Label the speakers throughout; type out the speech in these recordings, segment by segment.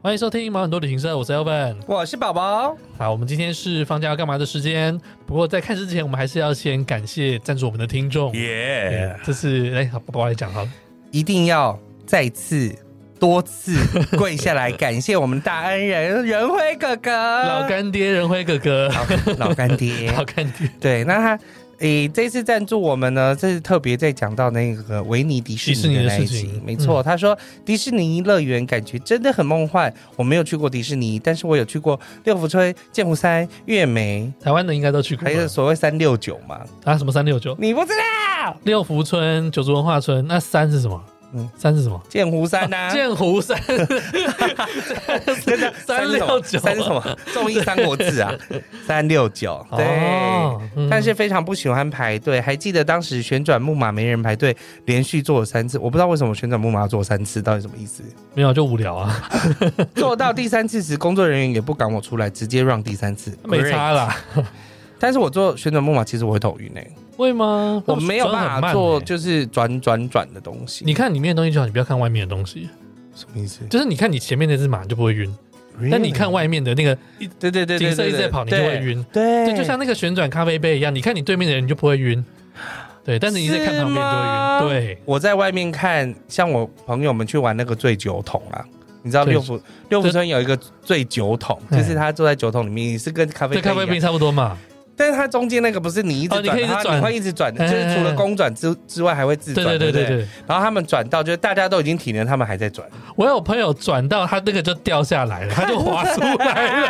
Speaker 1: 欢迎收听《毛很多旅行社》，我是 Elvin。
Speaker 2: 我是宝宝，
Speaker 1: 好，我们今天是放假要干嘛的时间？不过在开始之前，我们还是要先感谢赞助我们的听众。
Speaker 2: 耶、
Speaker 1: 这是哎，好，宝宝来讲好了。
Speaker 2: 一定要再次、多 次跪下来感谢我们大恩人仁辉哥哥，
Speaker 1: 老干爹仁辉哥哥，。
Speaker 2: 老老干爹
Speaker 1: 老干爹
Speaker 2: 对，那他诶、这次赞助我们呢，这是特别在讲到那个维尼迪士尼的那一
Speaker 1: 迪士尼的事
Speaker 2: 集
Speaker 1: 情，嗯
Speaker 2: 没错。他说迪士尼乐园感觉真的很梦幻，我没有去过迪士尼，但是我有去过六福村、剑湖山、月梅，
Speaker 1: 台湾的应该都去过
Speaker 2: 还有
Speaker 1: 吧。
Speaker 2: 所谓三六九嘛，
Speaker 1: 啊，什么三六九、
Speaker 2: 你不知道？
Speaker 1: 六福村、九族文化村，那三是什么？嗯
Speaker 2: 嗯，啊
Speaker 1: 三是什么？
Speaker 2: 剑湖山 呐、
Speaker 1: 剑湖 山，
Speaker 2: 真的
Speaker 1: 三六九
Speaker 2: 三是什么？综艺《三国志》啊， 三六九对。
Speaker 1: 哦嗯
Speaker 2: 但是非常不喜欢排队，还记得当时旋转木马没人排队，连续做了三次，我不知道为什么旋转木马要做三次，到底什么 意思？
Speaker 1: 没有就无聊啊，
Speaker 2: 做到第三次时，工作人员也不赶我出来，直接让第三次，
Speaker 1: 没
Speaker 2: Great
Speaker 1: 差啦，
Speaker 2: 但是我做旋转木马，其实我会头晕诶、
Speaker 1: 会吗？
Speaker 2: 我没有办法
Speaker 1: 那我转得很
Speaker 2: 做
Speaker 1: 慢欸
Speaker 2: 就是转转转的东西。
Speaker 1: 你看里面的东西就好，你不要看外面的东西。
Speaker 2: 什么意思？
Speaker 1: 就是你看你前面那只马你就不会晕，但你看，外面的那个一
Speaker 2: 对对对对
Speaker 1: 景
Speaker 2: 对
Speaker 1: 色一直在跑，你就会。晕。对，
Speaker 2: 对对，
Speaker 1: 就像那个旋转咖啡杯一样，你看你对面的人，你就不会晕。对，但是你一直在看旁边你就会晕。对，
Speaker 2: 我在外面看，像我朋友们去玩那个醉酒桶啊，你知道六福六福村有一个醉酒桶，
Speaker 1: 嗯
Speaker 2: 就是他坐在酒桶里面，是跟咖啡
Speaker 1: 这咖啡
Speaker 2: 杯一
Speaker 1: 杯
Speaker 2: 样，
Speaker 1: 差不多嘛。
Speaker 2: 但是它中间那个不是你一
Speaker 1: 哦
Speaker 2: 直
Speaker 1: 你可以一
Speaker 2: 转，
Speaker 1: 直
Speaker 2: 它
Speaker 1: 转
Speaker 2: 你会一直转的，
Speaker 1: 嗯
Speaker 2: 就是除了公转之之外，还会自
Speaker 1: 对
Speaker 2: 转，
Speaker 1: 对对
Speaker 2: 对
Speaker 1: 对
Speaker 2: 不对。
Speaker 1: 对，啊
Speaker 2: 然后他们转到，就是大家都已经体能，他们还在转，
Speaker 1: 我有朋友转到他那个就掉下来 了，他就滑出来了，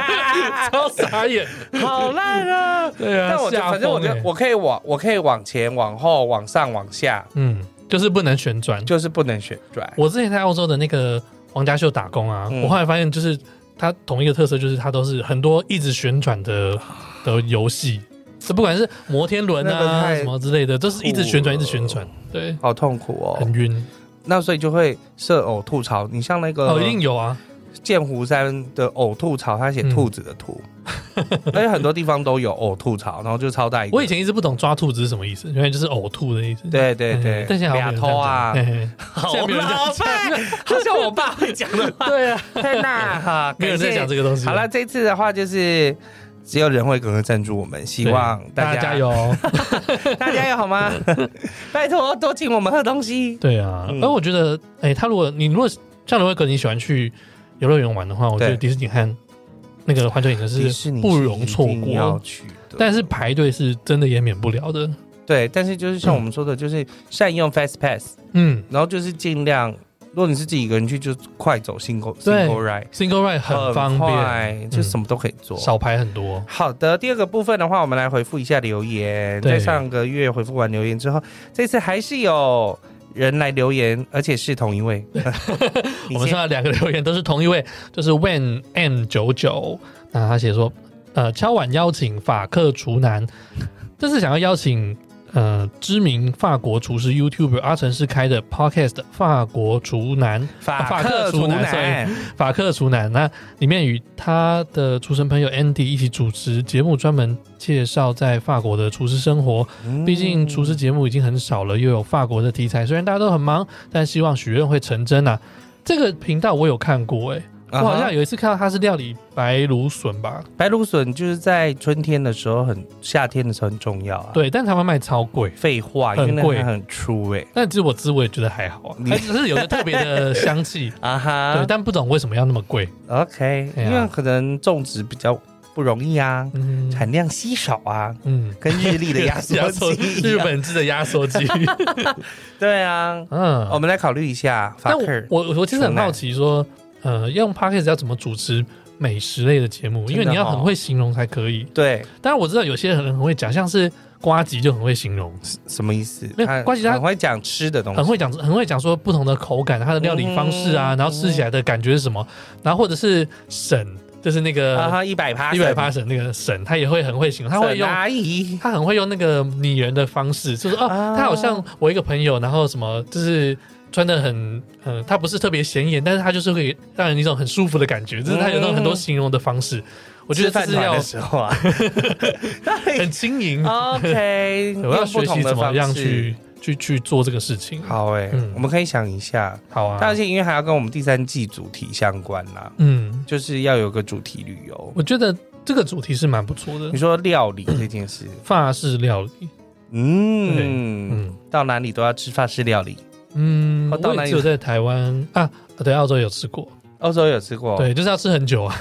Speaker 1: 超傻眼。
Speaker 2: 好烂啊！
Speaker 1: 对啊
Speaker 2: 但我，就
Speaker 1: 吓
Speaker 2: 反正我
Speaker 1: 疯
Speaker 2: 就
Speaker 1: 欸
Speaker 2: 我可以往我可以往前、往后、往上、往下，
Speaker 1: 嗯，就是不能旋转。
Speaker 2: 就是不能旋转。
Speaker 1: 我之前在澳洲的那个皇家秀打工啊，
Speaker 2: 嗯
Speaker 1: 我后来发现就是它同一个特色就是它都是很多一直旋转的的游戏，这不管是摩天轮
Speaker 2: 那个
Speaker 1: 啊
Speaker 2: 太
Speaker 1: 什么之类的，都是一直旋转一
Speaker 2: 酷
Speaker 1: 直
Speaker 2: 了
Speaker 1: 旋转，对，
Speaker 2: 好痛苦哦
Speaker 1: 很！晕。
Speaker 2: 那所以就会设偶吐槽。你像那个
Speaker 1: 哦，一定有啊，
Speaker 2: 剑湖山的呕吐槽，他写兔子的兔，而且很多地方都有呕吐槽，然后就超大一个。
Speaker 1: 我以前一直不懂抓兔子是什么意思，原来就是呕吐的意思。
Speaker 2: 对对对
Speaker 1: 嗯，但现在好像没有人这样
Speaker 2: 俩头
Speaker 1: 讲
Speaker 2: 啊
Speaker 1: 嘿嘿
Speaker 2: 好
Speaker 1: 现在没有人这样
Speaker 2: 办， 好像我爸会讲的话。
Speaker 1: 对啊，
Speaker 2: 天哪，哈，
Speaker 1: 没有人在讲
Speaker 2: 感谢
Speaker 1: 这个东西。
Speaker 2: 好了，，这次的话就是只有人会哥哥赞助我们，希望
Speaker 1: 大
Speaker 2: 大
Speaker 1: 家
Speaker 2: 家
Speaker 1: 加，油。哦
Speaker 2: 大家有好吗？拜托多请我们喝东西。
Speaker 1: 对啊，而、
Speaker 2: 嗯
Speaker 1: 我觉得，哎、他如果你如果像刘伟哥你喜欢去游乐园玩的话，我觉得迪
Speaker 2: 对
Speaker 1: 士尼和那个环球影城
Speaker 2: 迪
Speaker 1: 是
Speaker 2: 士尼
Speaker 1: 不容错
Speaker 2: 是一定要
Speaker 1: 过，
Speaker 2: 去的，
Speaker 1: 但是排队是真的也免不了的。
Speaker 2: 对，但是就是像我们说的，就是善用 Fast Pass，
Speaker 1: 嗯
Speaker 2: 然后就是尽量，如果你是自己一个人去，就快走 single
Speaker 1: 对
Speaker 2: single ride，
Speaker 1: ，Single Ride 很方便，嗯
Speaker 2: 便就什么都可以做。
Speaker 1: 少排很多。
Speaker 2: 好的，第二个部分的话，我们来回复一下留言。
Speaker 1: 对
Speaker 2: 在上个月回复完留言之后，这次还是有人来留言，而且是同一位。你
Speaker 1: 我们
Speaker 2: 先
Speaker 1: 收到两个留言都是同一位，就是 When M 九九，那他写说，呃，敲碗邀请法克厨男，这次想要邀请呃知名法国厨师 YouTuber 阿成是开的 Podcast《法国厨男》。
Speaker 2: 法
Speaker 1: 啊法克
Speaker 2: 克
Speaker 1: 厨
Speaker 2: 厨
Speaker 1: 男哎
Speaker 2: 男，
Speaker 1: 法克厨男，那里面与他的厨神朋友 Andy 一起主持节目，专门介绍在法国的厨师生活。
Speaker 2: 嗯
Speaker 1: 毕竟厨师节目已经很少了，又有法国的题材，虽然大家都很忙，但希望许愿会成真啊！这个频道我有看过、欸，
Speaker 2: 啊哈
Speaker 1: 我好像有一次看到他是料理白芦笋吧，
Speaker 2: 白芦笋就是在春天的时候很，夏天的时候很重要啊。，
Speaker 1: 对，但台湾卖超贵。
Speaker 2: 废话，因
Speaker 1: 很
Speaker 2: 为那
Speaker 1: 贵
Speaker 2: 个很粗哎、
Speaker 1: 但只我吃我也觉得还好啊，
Speaker 2: 你
Speaker 1: 它只是有个特别的香气，
Speaker 2: 啊
Speaker 1: 对
Speaker 2: 哈，，
Speaker 1: 但不懂为什么要那么贵。
Speaker 2: OK，
Speaker 1: 哎呀
Speaker 2: 因为可能种植比较不容易啊，
Speaker 1: 嗯
Speaker 2: 产量稀少啊，
Speaker 1: 嗯，
Speaker 2: 跟日历的压缩机一
Speaker 1: 日
Speaker 2: 样。
Speaker 1: 本制的压缩 机，
Speaker 2: 对啊，
Speaker 1: 嗯，
Speaker 2: 我们来考虑一下法
Speaker 1: 但
Speaker 2: 克尔。
Speaker 1: 我我我其实很好奇说，呃，用 podcast 要怎么主持美食类的节目？因为
Speaker 2: 真的
Speaker 1: 你要很
Speaker 2: 哦
Speaker 1: 会形容才可以。
Speaker 2: 对，
Speaker 1: 当然我知道有些人很会讲，像是瓜吉就很会形容，
Speaker 2: 什么意思？
Speaker 1: 没有关系它
Speaker 2: 很会讲吃的东西，
Speaker 1: 很会讲很会讲说不同的口感，它的料理方式啊，
Speaker 2: 嗯
Speaker 1: 然后吃起来的感觉是什么，然后或者是沈，就是那
Speaker 2: 啊
Speaker 1: 个
Speaker 2: 哈，一百趴，
Speaker 1: 呃一百八省那个沈，他也会很会形容，他会用。
Speaker 2: 阿姨，
Speaker 1: 他很会用那个拟人的方式，就是哦，
Speaker 2: 啊
Speaker 1: 他好像我一个朋友，然后什么就是穿的很，呃，他不是特别显眼，但是他就是会让人一种很舒服的感觉，就是他有那种很多形容的方式，我
Speaker 2: 我
Speaker 1: 觉得这
Speaker 2: 嗯饭
Speaker 1: 是
Speaker 2: 团
Speaker 1: 要
Speaker 2: 的时候啊
Speaker 1: 很轻盈，
Speaker 2: ，OK，
Speaker 1: 我要
Speaker 2: 用
Speaker 1: 学
Speaker 2: 不
Speaker 1: 习
Speaker 2: 同的
Speaker 1: 怎么
Speaker 2: 方
Speaker 1: 样
Speaker 2: 式
Speaker 1: 去去去做这个事情。，
Speaker 2: 好哎
Speaker 1: 嗯，
Speaker 2: 我们可以想一下，
Speaker 1: 好啊，
Speaker 2: 但是因为还要跟我们第三季主题相关啦。
Speaker 1: 嗯，
Speaker 2: 就是要有个主题旅游。
Speaker 1: 我觉得这个主题是蛮不错的
Speaker 2: 你，说料理这件事，
Speaker 1: 法式料理。对
Speaker 2: 嗯，
Speaker 1: 嗯
Speaker 2: 到哪里都要吃法式料理。
Speaker 1: 嗯，
Speaker 2: 哦到
Speaker 1: 我
Speaker 2: 哪
Speaker 1: 也
Speaker 2: 里
Speaker 1: 只有在台湾啊，对，澳洲有吃过，
Speaker 2: 欧洲有吃过，，
Speaker 1: 对，就是要吃很久啊，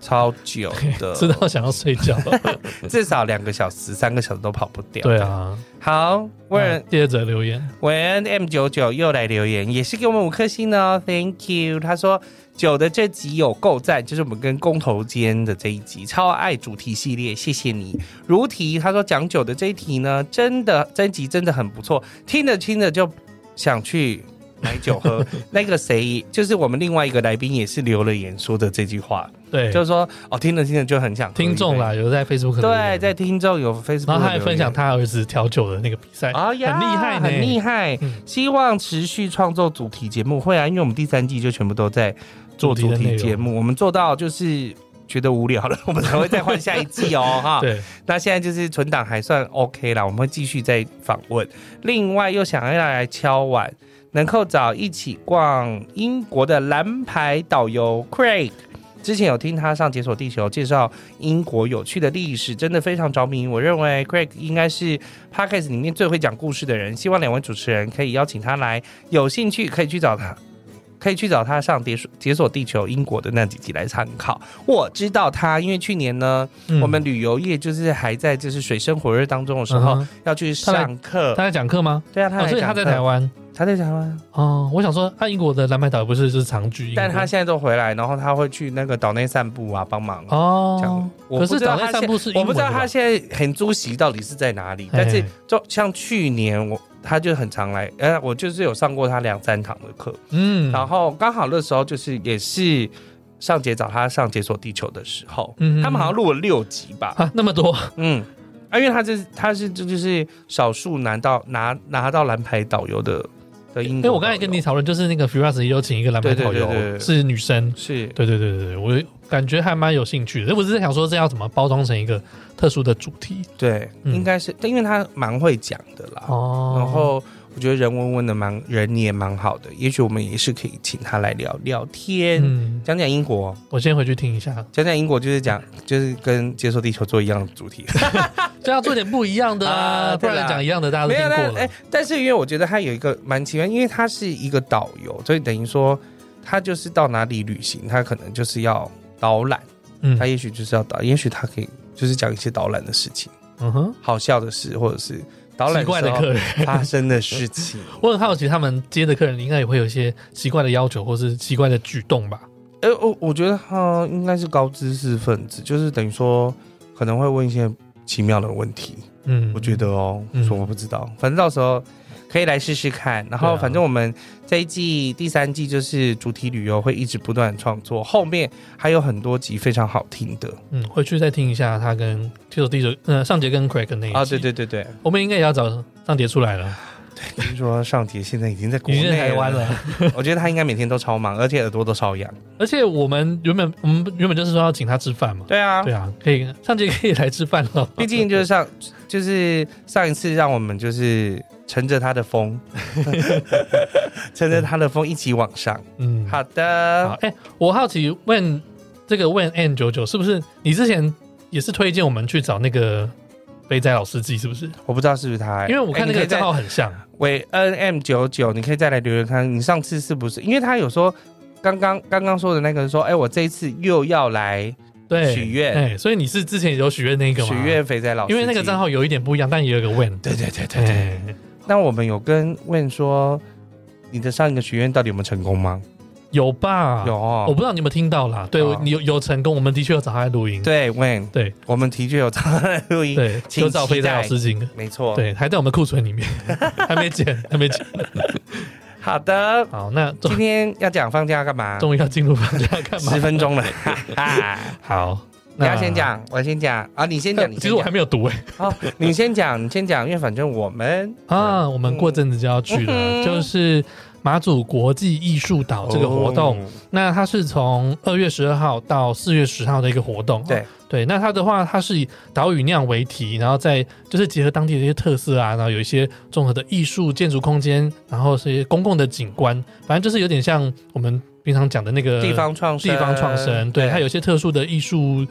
Speaker 2: 超久 的，
Speaker 1: 吃到想要睡觉。
Speaker 2: 至少两个小时、三个小时都跑不掉。
Speaker 1: 对，啊，
Speaker 2: 好，
Speaker 1: 那
Speaker 2: 伟恩，
Speaker 1: 接着留言，
Speaker 2: 伟恩 M 九九又来留言，也是给我们五颗星的哦，Thank you。他说九的这集有够赞，就是我们跟公投间的这一集，超爱主题系列，谢谢你。如题他说讲九的这一题呢，真的这一集真的很不错，听着听着就想去。买 酒喝，那个谁，就是我们另外一个来宾也是留了言说的这句话，
Speaker 1: 对，
Speaker 2: 就是说哦，听着听着就很想喝
Speaker 1: 听众
Speaker 2: 一杯
Speaker 1: 啦，有在 Facebook 留
Speaker 2: 对，
Speaker 1: 言
Speaker 2: 在，听众有 Facebook，
Speaker 1: 然后他还
Speaker 2: 留言
Speaker 1: 分享他儿子调酒的那个比赛，
Speaker 2: 啊
Speaker 1: 很厉
Speaker 2: 呀
Speaker 1: 害呢，
Speaker 2: 很厉害
Speaker 1: 嗯。
Speaker 2: 希望持续创作主题节目，会啊，因为我们第三季就全部都在做
Speaker 1: 主题
Speaker 2: 主
Speaker 1: 的内
Speaker 2: 题
Speaker 1: 容
Speaker 2: 节目，我们做到就是觉得无聊了，我们才会再换下一季哦，哈。
Speaker 1: 对，
Speaker 2: 那现在就是存档还算 OK 啦，我们会继续再访问。另外又想要来敲碗，能够找一起逛英国的蓝牌导游 Craig。之前有听他上《解锁地球》介绍英国有趣的历史，真的非常着迷。我认为 Craig 应该是 Podcast 里面最会讲故事的人，希望两位主持人可以邀请他来，有兴趣可以去找他。可以去找他上《解锁解锁地球》英国的那几集来参考。我知道他，因为去年呢，
Speaker 1: 嗯
Speaker 2: 我们旅游业就是还在就是水深火热当中的时候，
Speaker 1: 嗯哼
Speaker 2: 要去上课
Speaker 1: 他。在讲课吗？
Speaker 2: 对啊，他
Speaker 1: 哦，
Speaker 2: 来
Speaker 1: 所以
Speaker 2: 讲
Speaker 1: 他在
Speaker 2: 课
Speaker 1: 台，湾
Speaker 2: 他在台湾，
Speaker 1: 哦。我想说，啊，英国的蓝牌岛不是就是长居英国，
Speaker 2: 但他现在都回来，然后他会去那个岛内散步啊，帮忙。这
Speaker 1: 哦
Speaker 2: 样，我
Speaker 1: 可
Speaker 2: 不
Speaker 1: 是
Speaker 2: 知
Speaker 1: 岛
Speaker 2: 道他
Speaker 1: 内
Speaker 2: 现
Speaker 1: 散步是英
Speaker 2: 我
Speaker 1: 文
Speaker 2: 不
Speaker 1: 的
Speaker 2: 知
Speaker 1: 吧
Speaker 2: 道他现在很出席到底是在哪里，
Speaker 1: 嘿
Speaker 2: 但是
Speaker 1: 嘿
Speaker 2: 就像去年我他就很常来，呃，我就是有上过他两三堂的课，
Speaker 1: 嗯，
Speaker 2: 然后刚好那时候就是也是上节找他上解锁地球的时候，
Speaker 1: 嗯
Speaker 2: 他们好像录了六集吧，
Speaker 1: 啊那么多，
Speaker 2: 嗯，啊，因为他这是他是这就是少数拿到拿拿到蓝牌导游的的英
Speaker 1: 因
Speaker 2: 国
Speaker 1: 哎
Speaker 2: 导游，
Speaker 1: 为我刚才跟你讨论，就是那个 Firas 有请一个蓝牌
Speaker 2: 对对
Speaker 1: 导
Speaker 2: 对对
Speaker 1: 游
Speaker 2: 对
Speaker 1: 是女生，
Speaker 2: 是
Speaker 1: 对对对对对，我感觉还蛮有兴趣的。我只是想说，这要怎么包装成一个特殊的主题
Speaker 2: 对，
Speaker 1: 嗯
Speaker 2: 应该是因为他蛮会讲的啦，
Speaker 1: 哦。
Speaker 2: 然后我觉得人温温的蛮人也蛮好的，也许我们也是可以请他来聊聊天，
Speaker 1: 嗯，
Speaker 2: 讲讲英国，哦
Speaker 1: 我先回去听一下，
Speaker 2: 讲讲英国就是讲就是跟接受地球做一样的主题，
Speaker 1: 就要做点不一样的啊，
Speaker 2: 啊
Speaker 1: 不
Speaker 2: 对啦
Speaker 1: 然讲一样的大家都
Speaker 2: 没有
Speaker 1: 听
Speaker 2: 那
Speaker 1: 过
Speaker 2: 哎
Speaker 1: 了。，
Speaker 2: 但是因为我觉得他有一个蛮奇怪，因为他是一个导游，所以等于说他就是到哪里旅行，他可能就是要导览。
Speaker 1: 嗯
Speaker 2: 他也许就是要导，也许他可以就是讲一些导览的事情，
Speaker 1: 嗯哼，
Speaker 2: 好笑的事，或者是导览
Speaker 1: 奇怪的
Speaker 2: 时候
Speaker 1: 客人，
Speaker 2: 发生的事 情。
Speaker 1: 我很好奇他们接的客人应该也会有一些奇怪的要求或是奇怪的举动吧？
Speaker 2: 哎、我我觉得他应该是高知识分子，就是等于说可能会问一些奇妙的问题。
Speaker 1: 嗯，
Speaker 2: 我觉得哦，
Speaker 1: 嗯
Speaker 2: 说我不知道，反正到时候可以来试试看。然
Speaker 1: 对
Speaker 2: 后
Speaker 1: 啊
Speaker 2: 反正我们这一季第三季就是主题旅游会一直不断创作，后面还有很多集非常好听的
Speaker 1: 嗯，回去再听一下他跟就是第九，呃，上节跟 Craig 那一集
Speaker 2: 啊！对，对对对，
Speaker 1: 我们应该也要找上节出来了，
Speaker 2: 听说上节现在已经在国
Speaker 1: 已经
Speaker 2: 内
Speaker 1: 在台湾了。
Speaker 2: 我觉得他应该每天都超忙，而且耳朵都超痒。
Speaker 1: 而且我们原本我们原本就是说要请他吃饭嘛，
Speaker 2: 对啊，
Speaker 1: 对啊，可以上节可以来吃饭了，
Speaker 2: 毕竟就是上就是上一次让我们就是乘着他的 风，乘着他的风一起往上。
Speaker 1: 嗯，好，
Speaker 2: 好的，
Speaker 1: 哎、我好奇问这个问 N 九九是不是你之前也是推荐我们去找那个肥仔老司机是不是？
Speaker 2: 我不知道是不是他、欸
Speaker 1: 因为我看那个账号很像，
Speaker 2: 伟 N M 九九，你可以再来留言看，你上次是不是？因为他有说刚刚刚刚说的那个人说，哎、我这一次又要来
Speaker 1: 对，
Speaker 2: 许愿
Speaker 1: 哎、所以你是之前有许愿那个吗？
Speaker 2: 许，愿肥仔老师，
Speaker 1: 因为那个账
Speaker 2: 号，
Speaker 1: 号有一点不一样，但也有个问，
Speaker 2: 对对对对对。
Speaker 1: 哎，
Speaker 2: 那我们有跟问说，你的上一个许愿到底有没有成功吗？
Speaker 1: 有吧？
Speaker 2: 有、。
Speaker 1: 啊
Speaker 2: 哦，
Speaker 1: 我不知道你有没有听到啦，对
Speaker 2: 哦
Speaker 1: 你有有成功，我们的确有找他来录音，
Speaker 2: 对，When
Speaker 1: 对
Speaker 2: 我们的确有常在录音，
Speaker 1: 对，
Speaker 2: 请
Speaker 1: 有找
Speaker 2: 期
Speaker 1: 肥仔老
Speaker 2: 待
Speaker 1: 司机的。
Speaker 2: 没错。，
Speaker 1: 对，还在我们库存里 面，还没剪，还没剪。
Speaker 2: 好的，
Speaker 1: 好，那终
Speaker 2: 今天要讲放假干嘛？
Speaker 1: 终于要进入放假干嘛
Speaker 2: 十？分钟了，哈哈。
Speaker 1: 好，
Speaker 2: 你
Speaker 1: 那
Speaker 2: 要 先。讲，我先讲啊，你先
Speaker 1: 呃
Speaker 2: 讲，你
Speaker 1: 其
Speaker 2: 先
Speaker 1: 实我
Speaker 2: 讲哦
Speaker 1: 还，没有读哎、
Speaker 2: 好，你先讲，你先讲，因为反正我们
Speaker 1: 啊，我们过阵子就要去了，
Speaker 2: 嗯
Speaker 1: 就是马祖国际艺术岛这个活动。
Speaker 2: 哦
Speaker 1: 那它是从二月十二号到四月十号的一个活动。啊
Speaker 2: 对
Speaker 1: 对，那它的话，它是以岛屿酿为题，然后再就是结合当地的一些特色啊，然后有一些综合的艺术建筑空间，然后是一些公共的景观，反正就是有点像我们平常讲的那个
Speaker 2: 地方创生
Speaker 1: 呃地方创生。对，它有一些特殊的艺术。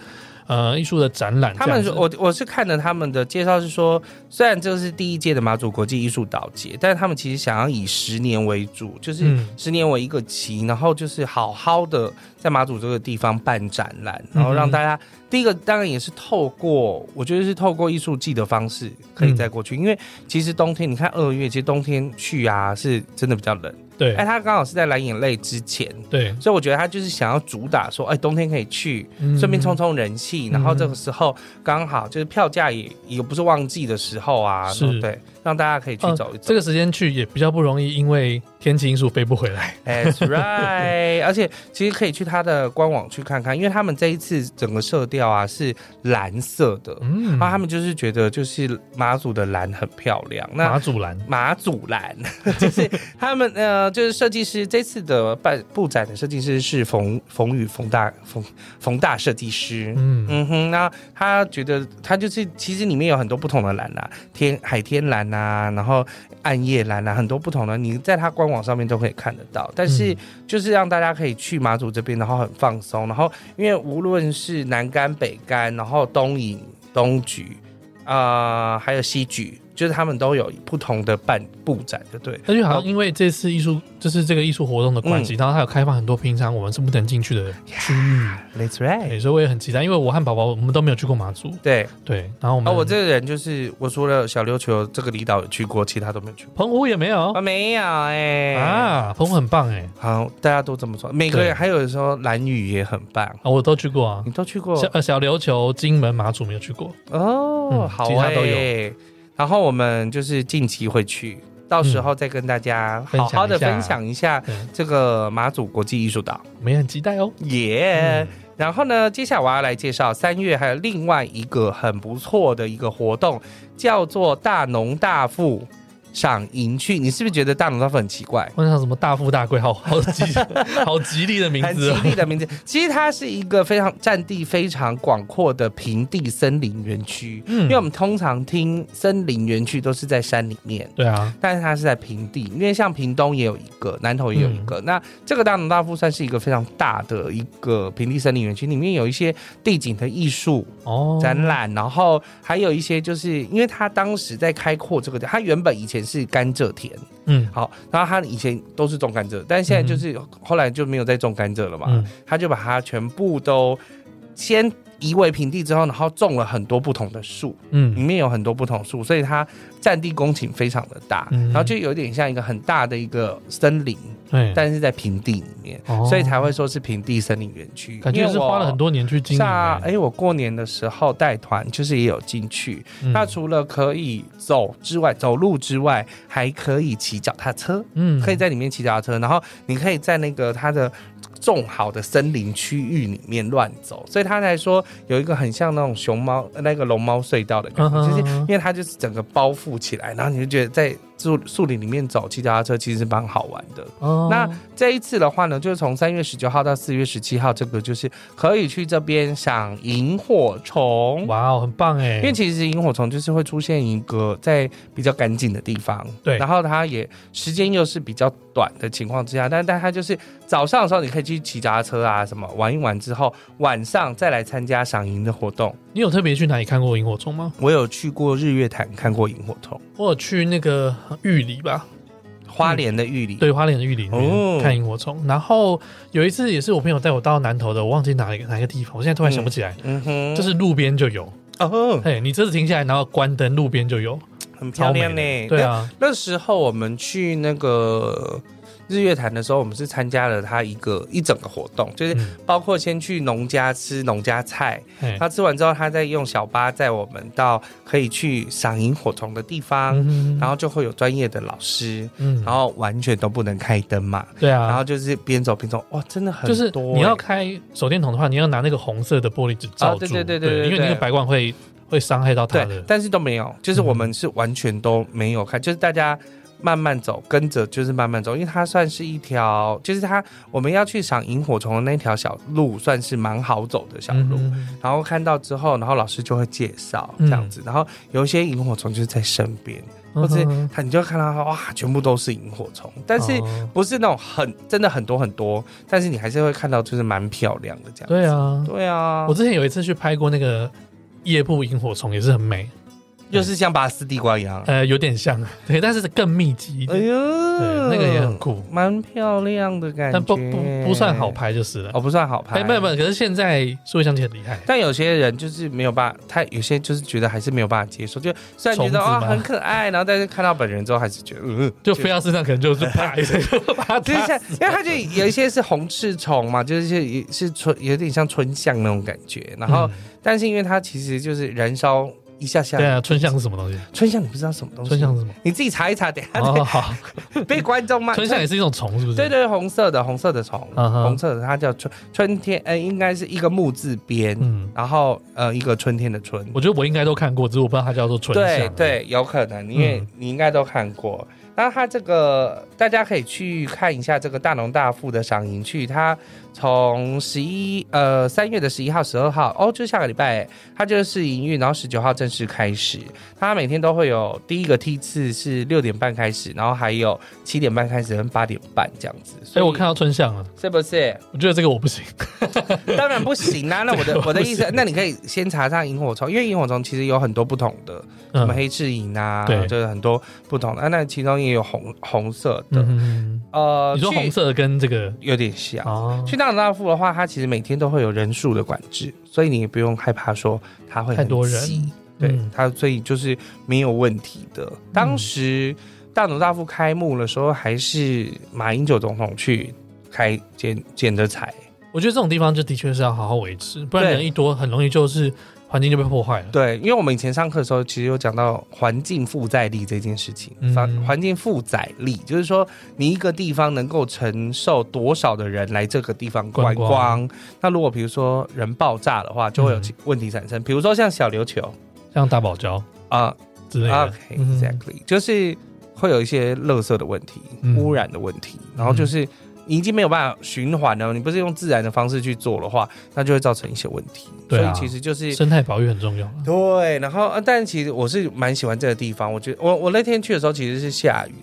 Speaker 1: 呃，艺术的展览这
Speaker 2: 他
Speaker 1: 样
Speaker 2: 们
Speaker 1: 子，
Speaker 2: 说，我我是看了他们的介绍，是说虽然这是第一届的马祖国际艺术岛节，但是他们其实想要以十年为主，就是
Speaker 1: 嗯
Speaker 2: 十年为一个期，然后就是好好的在马祖这个地方办展览，
Speaker 1: 嗯
Speaker 2: 然后让大家、第一个当然也是透过，我觉得是透过艺术季的方式可
Speaker 1: 嗯
Speaker 2: 以再过去，因为其实冬天你看二月，其实冬天去啊是真的比较冷，
Speaker 1: 对
Speaker 2: 哎，他刚好是在蓝眼泪之前，
Speaker 1: 对，
Speaker 2: 所以我觉得他就是想要主打说，哎，冬天可以去，
Speaker 1: 嗯
Speaker 2: 顺便冲冲人气，然后这个时候刚好就是票价也也不是旺季的时候啊，
Speaker 1: 是哦
Speaker 2: 对，让大家可以去走一
Speaker 1: 这
Speaker 2: 走。
Speaker 1: 个时间去也比较不容易，因为天气因素飞不回 来。
Speaker 2: That's right，而且其实可以去它的官网去看看，因为他们这一次整个色调啊是蓝色的，
Speaker 1: 嗯，
Speaker 2: 然后他们就是觉得就是马祖的蓝很漂亮，那
Speaker 1: 马祖蓝，
Speaker 2: 马祖蓝， 就是他们呃，就是设计师这次的办布展的设计师是冯冯宇冯大冯冯大设计师。
Speaker 1: 嗯
Speaker 2: 嗯哼，那他觉得他就是其实里面有很多不同的蓝啊，天海天蓝啊，然后暗夜蓝啊，很多不同的，你在他官网上面都可以看得到。但是
Speaker 1: 嗯
Speaker 2: 就是让大家可以去马祖这边，然后很放松，然后因为无论是南干、北干，然后东引、东局，啊，还有西局，就是他们都有不同的办布展，就对。
Speaker 1: 而且好像因为这次艺术就是这个艺术活动的关
Speaker 2: 嗯
Speaker 1: 系，然后它有开放很多平常我们是不能进去的区域，
Speaker 2: That's right。
Speaker 1: 对所以我也很期待，因为我和宝宝我们都没有去过马祖，
Speaker 2: 对，
Speaker 1: 对，然后我
Speaker 2: 啊，
Speaker 1: 们
Speaker 2: 我这个人就是，我除了小琉球这个离岛有去过，其他都没有去过。
Speaker 1: 澎湖也没有
Speaker 2: 啊，没有哎、
Speaker 1: 哦啊，澎湖很棒哎，
Speaker 2: 好，大家都这么说，每个
Speaker 1: 对
Speaker 2: 人还有时候蓝雨也很棒，
Speaker 1: 啊，我都去过啊，
Speaker 2: 你都去过
Speaker 1: 小呃小琉球、金门、马祖没有去过，
Speaker 2: 哦，
Speaker 1: 嗯
Speaker 2: 好、欸，
Speaker 1: 其他都有
Speaker 2: 然后我们就是近期会去，到时
Speaker 1: 嗯
Speaker 2: 候再跟大家好好的
Speaker 1: 分享一
Speaker 2: 分
Speaker 1: 下
Speaker 2: 享一下
Speaker 1: 对，
Speaker 2: 这个马祖国际艺术岛，
Speaker 1: 我们也很期待哦。
Speaker 2: 耶、
Speaker 1: 嗯
Speaker 2: 然后呢，接下来我要来介绍三月还有另外一个很不错的一个活动，叫做大农大富赏银区。你是不是觉得大农大富很奇怪？
Speaker 1: 我想什么大富大贵，好好吉 好吉利的名
Speaker 2: 很
Speaker 1: 字
Speaker 2: 吉
Speaker 1: 哦，
Speaker 2: 利的名字。其实它是一个非常占地非常广阔的平地森林园区，
Speaker 1: 嗯
Speaker 2: 因为我们通常听森林园区都是在山里面。
Speaker 1: 对啊，
Speaker 2: 但是它是在平地，因为像屏东也有一个，南投也有一个。
Speaker 1: 嗯
Speaker 2: 那这个大农大富算是一个非常大的一个平地森林园区，里面有一些地景的艺术
Speaker 1: 哦，
Speaker 2: 展览，然后还有一些就是因为它当时在开阔这个地，它原本以前是甘蔗田，
Speaker 1: 嗯
Speaker 2: 好，然后他以前都是种甘蔗，但现在就是、后来就没有再种甘蔗了嘛，
Speaker 1: 嗯
Speaker 2: 他就把它全部都先移为平地之后，然后种了很多不同的树，里
Speaker 1: 嗯
Speaker 2: 面有很多不同树，所以它占地公顷非常的大，
Speaker 1: 嗯
Speaker 2: 然后就有点像一个很大的一个森林，
Speaker 1: 对，
Speaker 2: 但是在平地里面，
Speaker 1: 哎哦
Speaker 2: 所以才会说是平地森林园区。
Speaker 1: 感觉是花了很
Speaker 2: 多。
Speaker 1: 多年去经
Speaker 2: 是
Speaker 1: 营
Speaker 2: 啊
Speaker 1: 欸。，
Speaker 2: 哎、我过年的时候带团，就是也有进去。
Speaker 1: 嗯
Speaker 2: 那除了可以走之外，走路之外，还可以骑脚踏车。
Speaker 1: 嗯
Speaker 2: 可以在里面骑脚踏车，然后你可以在那个它的种好的森林区域里面乱走，所以它来说有一个很像那种熊猫那个龙猫隧道的感
Speaker 1: 嗯
Speaker 2: 觉，
Speaker 1: 哼
Speaker 2: 就是因为它就是整个包覆起来，然后你就觉得在树树林里面走骑脚踏车其实蛮好玩的。
Speaker 1: 哦
Speaker 2: 那这一次的话呢，就是从三月十九号到四月十七号，这个就是可以去这边赏萤火虫。
Speaker 1: 哇哦，很棒哎，
Speaker 2: 因为其实萤火虫就是会出现一个在比较干净的地方，
Speaker 1: 对
Speaker 2: 然后它也时间又是比较短的情况之下，但但它就是早上的时候你可以去骑脚踏车啊什么玩一玩之后，晚上再来参加赏萤的活动。
Speaker 1: 你有特别去哪里看过萤火虫吗？
Speaker 2: 我有去过日月潭看过萤火虫，
Speaker 1: 我有去那个玉里吧，
Speaker 2: 花莲的玉里，
Speaker 1: 嗯对，花莲的玉里那边
Speaker 2: 哦
Speaker 1: 看萤火虫。然后有一次也是我朋友带我到南投的，我忘记哪一个哪一个地方，我现在突然想不起来。
Speaker 2: 嗯哼，
Speaker 1: 就是路边就有，
Speaker 2: 哦，
Speaker 1: 哎，你车子停下来，然后关灯，路边就有，
Speaker 2: 很漂
Speaker 1: 超美
Speaker 2: 亮
Speaker 1: 的
Speaker 2: 呢、
Speaker 1: 对啊，
Speaker 2: 那，那时候我们去那个。日月潭的时候，我们是参加了它一个一整个活动，就是
Speaker 1: 嗯
Speaker 2: 包括先去农家吃农家菜，
Speaker 1: 哎，
Speaker 2: 他吃完之后，他再用小巴载我们到可以去赏萤火虫的地方，
Speaker 1: 嗯
Speaker 2: 然后就会有专业的老师，
Speaker 1: 嗯
Speaker 2: 然后完全都不能开灯嘛，
Speaker 1: 对啊，
Speaker 2: 然后就是边走边走，哇，真的很多
Speaker 1: 就是
Speaker 2: 欸、
Speaker 1: 你要开手电筒的话，你要拿那个红色的玻璃纸罩
Speaker 2: 啊
Speaker 1: 住，
Speaker 2: 对对对对对
Speaker 1: 因为那个
Speaker 2: 对
Speaker 1: 白光会会伤害到它
Speaker 2: 对
Speaker 1: 的，，嗯
Speaker 2: 但是都没有，就是我们是完全都没有开，就是大家。慢慢走，跟着就是慢慢走，因为它算是一条，就是它我们要去赏萤火虫的那条小路，算是蛮好走的小路。
Speaker 1: 嗯哼
Speaker 2: 然后看到之后，然后老师就会介绍这样
Speaker 1: 嗯
Speaker 2: 子，然后有一些萤火虫就是在身边，或是
Speaker 1: 嗯哼
Speaker 2: 他你就看到它哇，全部都是萤火虫，但是
Speaker 1: 哦
Speaker 2: 不是那种很真的很多很多，但是你还是会看到就是蛮漂亮的这样。
Speaker 1: 对啊，
Speaker 2: 对啊
Speaker 1: 我，之前有一次去拍过那个夜布萤火虫，也是很美，
Speaker 2: 又是像拔丝地瓜一样。啊
Speaker 1: 呃，有点像， 对，但是更密集一
Speaker 2: 嗯哎
Speaker 1: 点，
Speaker 2: 呦，
Speaker 1: 对，那个也很酷，
Speaker 2: 蛮漂亮的感觉，
Speaker 1: 但不不不算好，拍就是了。
Speaker 2: 哦，不算好拍，
Speaker 1: 哎，没有没有，可是现在数位相机很厉 害，
Speaker 2: 但有些人就是没有办法，他有些就是觉得还是没有办法接受，就虽然觉
Speaker 1: 虫
Speaker 2: 得
Speaker 1: 子吗
Speaker 2: 哦很可爱，然后但是看到本人之后还是觉得，嗯，
Speaker 1: 就飞到身上可能就是 啪一声就把它
Speaker 2: 就是
Speaker 1: 打
Speaker 2: 像
Speaker 1: 死，
Speaker 2: 因为它就有一些是红翅虫嘛，就是也是春，有点像春象那种感觉。然后，
Speaker 1: 嗯
Speaker 2: 但是因为它其实就是燃烧一下下，
Speaker 1: 对啊，春象是什么东西？
Speaker 2: 春象你不知道什么东西，
Speaker 1: 春象 是什么？
Speaker 2: 你自己查一查，等一下、
Speaker 1: 哦，好，
Speaker 2: 被观众骂。
Speaker 1: 春象也是一种虫，是不是？
Speaker 2: 对对，红色的红色的虫，
Speaker 1: 啊哈
Speaker 2: 红色的它叫春春天，呃，应该是一个木字边，
Speaker 1: 嗯，
Speaker 2: 然后呃一个春天的春。
Speaker 1: 我觉得我应该都看过，只是我不知道它叫做春
Speaker 2: 对
Speaker 1: 象。，
Speaker 2: 对，有可能，因为
Speaker 1: 嗯
Speaker 2: 你应该都看过。那它这个大家可以去看一下这个大农大富的赏萤去，它从十一呃三月的十一号、十二号哦，就下个礼拜，它就是营运，然后十九号正式开始。它每天都会有第一个梯次是六点半开始，然后还有七点半开始跟八点半这样子。
Speaker 1: 所以哎我看到春象了，
Speaker 2: 是不是？
Speaker 1: 我觉得这个我不 行。
Speaker 2: 当然不行啦、那我 的
Speaker 1: 这个
Speaker 2: 我的
Speaker 1: 不
Speaker 2: 意思，那你可以先查上萤火虫，因为萤火虫其实有很多不同的。什么
Speaker 1: 嗯
Speaker 2: 黑翅蚁啊，
Speaker 1: 对
Speaker 2: 就是很多不同的。啊那其中也有红红色的，
Speaker 1: 嗯，
Speaker 2: 呃，
Speaker 1: 你说
Speaker 2: 去
Speaker 1: 红色的跟这个
Speaker 2: 有点像。
Speaker 1: 哦，
Speaker 2: 去大大富的话，它其实每天都会有人数的管制，所以你也不用害怕说它会很
Speaker 1: 太多人
Speaker 2: 挤对、
Speaker 1: 嗯
Speaker 2: 它，所以就是没有问题的。当时大农大富开幕的时候，还是马英九总统去开剪剪的彩，
Speaker 1: 我觉得这种地方就的确是要好好维持，不然
Speaker 2: 对
Speaker 1: 人一多，很容易就是环境就被破坏了。
Speaker 2: 对，因为我们以前上课的时候，其实有讲到环境负载力这件事情。
Speaker 1: 嗯
Speaker 2: 环环境负载力就是说，你一个地方能够承受多少的人来这个地方观
Speaker 1: 观
Speaker 2: 光。
Speaker 1: 光
Speaker 2: 那如果比如说人爆炸的话，就会有
Speaker 1: 嗯
Speaker 2: 其问题产生。比如说像小琉球
Speaker 1: 像大堡礁
Speaker 2: 啊、
Speaker 1: 之类的
Speaker 2: o k
Speaker 1: 嗯
Speaker 2: exactly，、就是会有一些垃圾的问题、
Speaker 1: 嗯
Speaker 2: 污染的问题，然后就是。你已经没有办法循环了，你不是用自然的方式去做的话，那就会造成一些问题。
Speaker 1: 对啊
Speaker 2: 所以其实就是
Speaker 1: 生态保育很重要啊。
Speaker 2: 对，然后呃，但其实我是蛮喜欢这个地方。我觉得我我那天去的时候其实是下雨，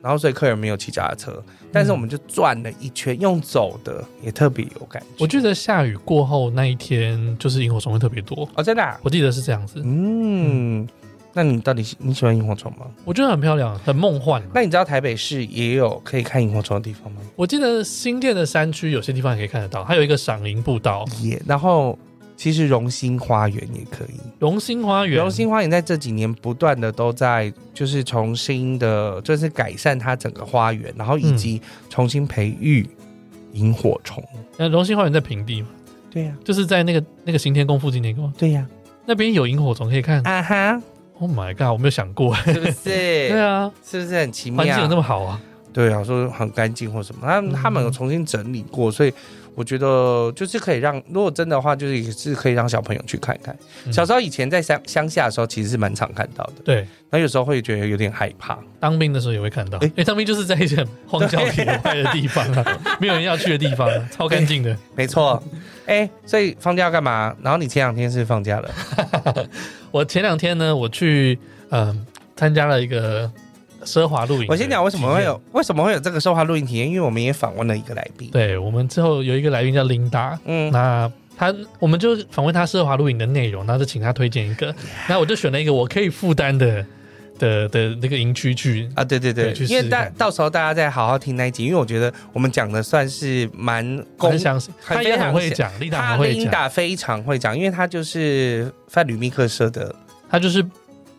Speaker 2: 然后所以客人没有骑脚踏车，但是我们就转了一圈，用走的也特别有感觉。
Speaker 1: 我记得下雨过后那一天，就是萤火虫会特别多，
Speaker 2: 哦，真的、啊，
Speaker 1: 我记得是这样子。
Speaker 2: 嗯，那你到底喜你喜欢萤火虫吗？
Speaker 1: 我觉得很漂亮，很梦幻啊。
Speaker 2: 那你知道台北市也有可以看萤火虫的地方吗？
Speaker 1: 我记得新店的山区有些地方也可以看得到，还有一个赏萤步道、
Speaker 2: 也，然后其实荣兴花园也可以。
Speaker 1: 荣兴花园。
Speaker 2: 荣兴花园在这几年不断的都在就是重新的，就是改善它整个花园，然后
Speaker 1: 嗯
Speaker 2: 以及重新培育萤火虫。
Speaker 1: 呃，荣兴花园在平地嘛，
Speaker 2: 对呀、
Speaker 1: 就是在那个那个行天宫附近那个吗
Speaker 2: 对呀、
Speaker 1: 那边有萤火虫可以看。
Speaker 2: 啊，哈，
Speaker 1: Oh my god！我没有想过，
Speaker 2: 是不是？ 对
Speaker 1: 对，啊，
Speaker 2: 是不是很奇
Speaker 1: 环境有那
Speaker 2: 妙？
Speaker 1: 么好啊。
Speaker 2: 对啊，说很干净或什么，他们
Speaker 1: 嗯
Speaker 2: 他们有重新整理过，所以我觉得就是可以让，如果真的话，就是也是可以让小朋友去看看。
Speaker 1: 嗯
Speaker 2: 小时候以前在乡乡下的时候，其实是蛮常看到的，
Speaker 1: 对，
Speaker 2: 那有时候会觉得有点害怕。
Speaker 1: 当兵的时候也会看到，
Speaker 2: 诶
Speaker 1: 因为当兵就是在一些很荒郊野外的地方啊， 没有人要去的地方 啊，超干净的。
Speaker 2: 没错，哎、所以放假要干嘛？然后你前两天是放假了，
Speaker 1: 我前两天呢，我去嗯参加了一个奢华露营。
Speaker 2: 我先讲为什么会有。为什么会有这个奢华露营体验，因为我们也访问了一个来宾，
Speaker 1: 对我们之后有一个来宾叫琳达，
Speaker 2: 嗯，
Speaker 1: 那他我们就访问他奢华露营的内容，然后就请他推荐一个，那我就选了一个我可以负担的的的那个营区去。
Speaker 2: 啊，对对对，
Speaker 1: 对去试
Speaker 2: 因为
Speaker 1: 试
Speaker 2: 大
Speaker 1: 看
Speaker 2: 到时候大家再好好听那一集，因为我觉得我们讲的算是蛮公
Speaker 1: 很。详细，
Speaker 2: 很
Speaker 1: 他也
Speaker 2: 非常
Speaker 1: 很会
Speaker 2: 详
Speaker 1: 讲，琳达
Speaker 2: 他
Speaker 1: 很会
Speaker 2: 琳
Speaker 1: 讲，
Speaker 2: 达非常会讲，因为他就是范吕密克社的，
Speaker 1: 他就是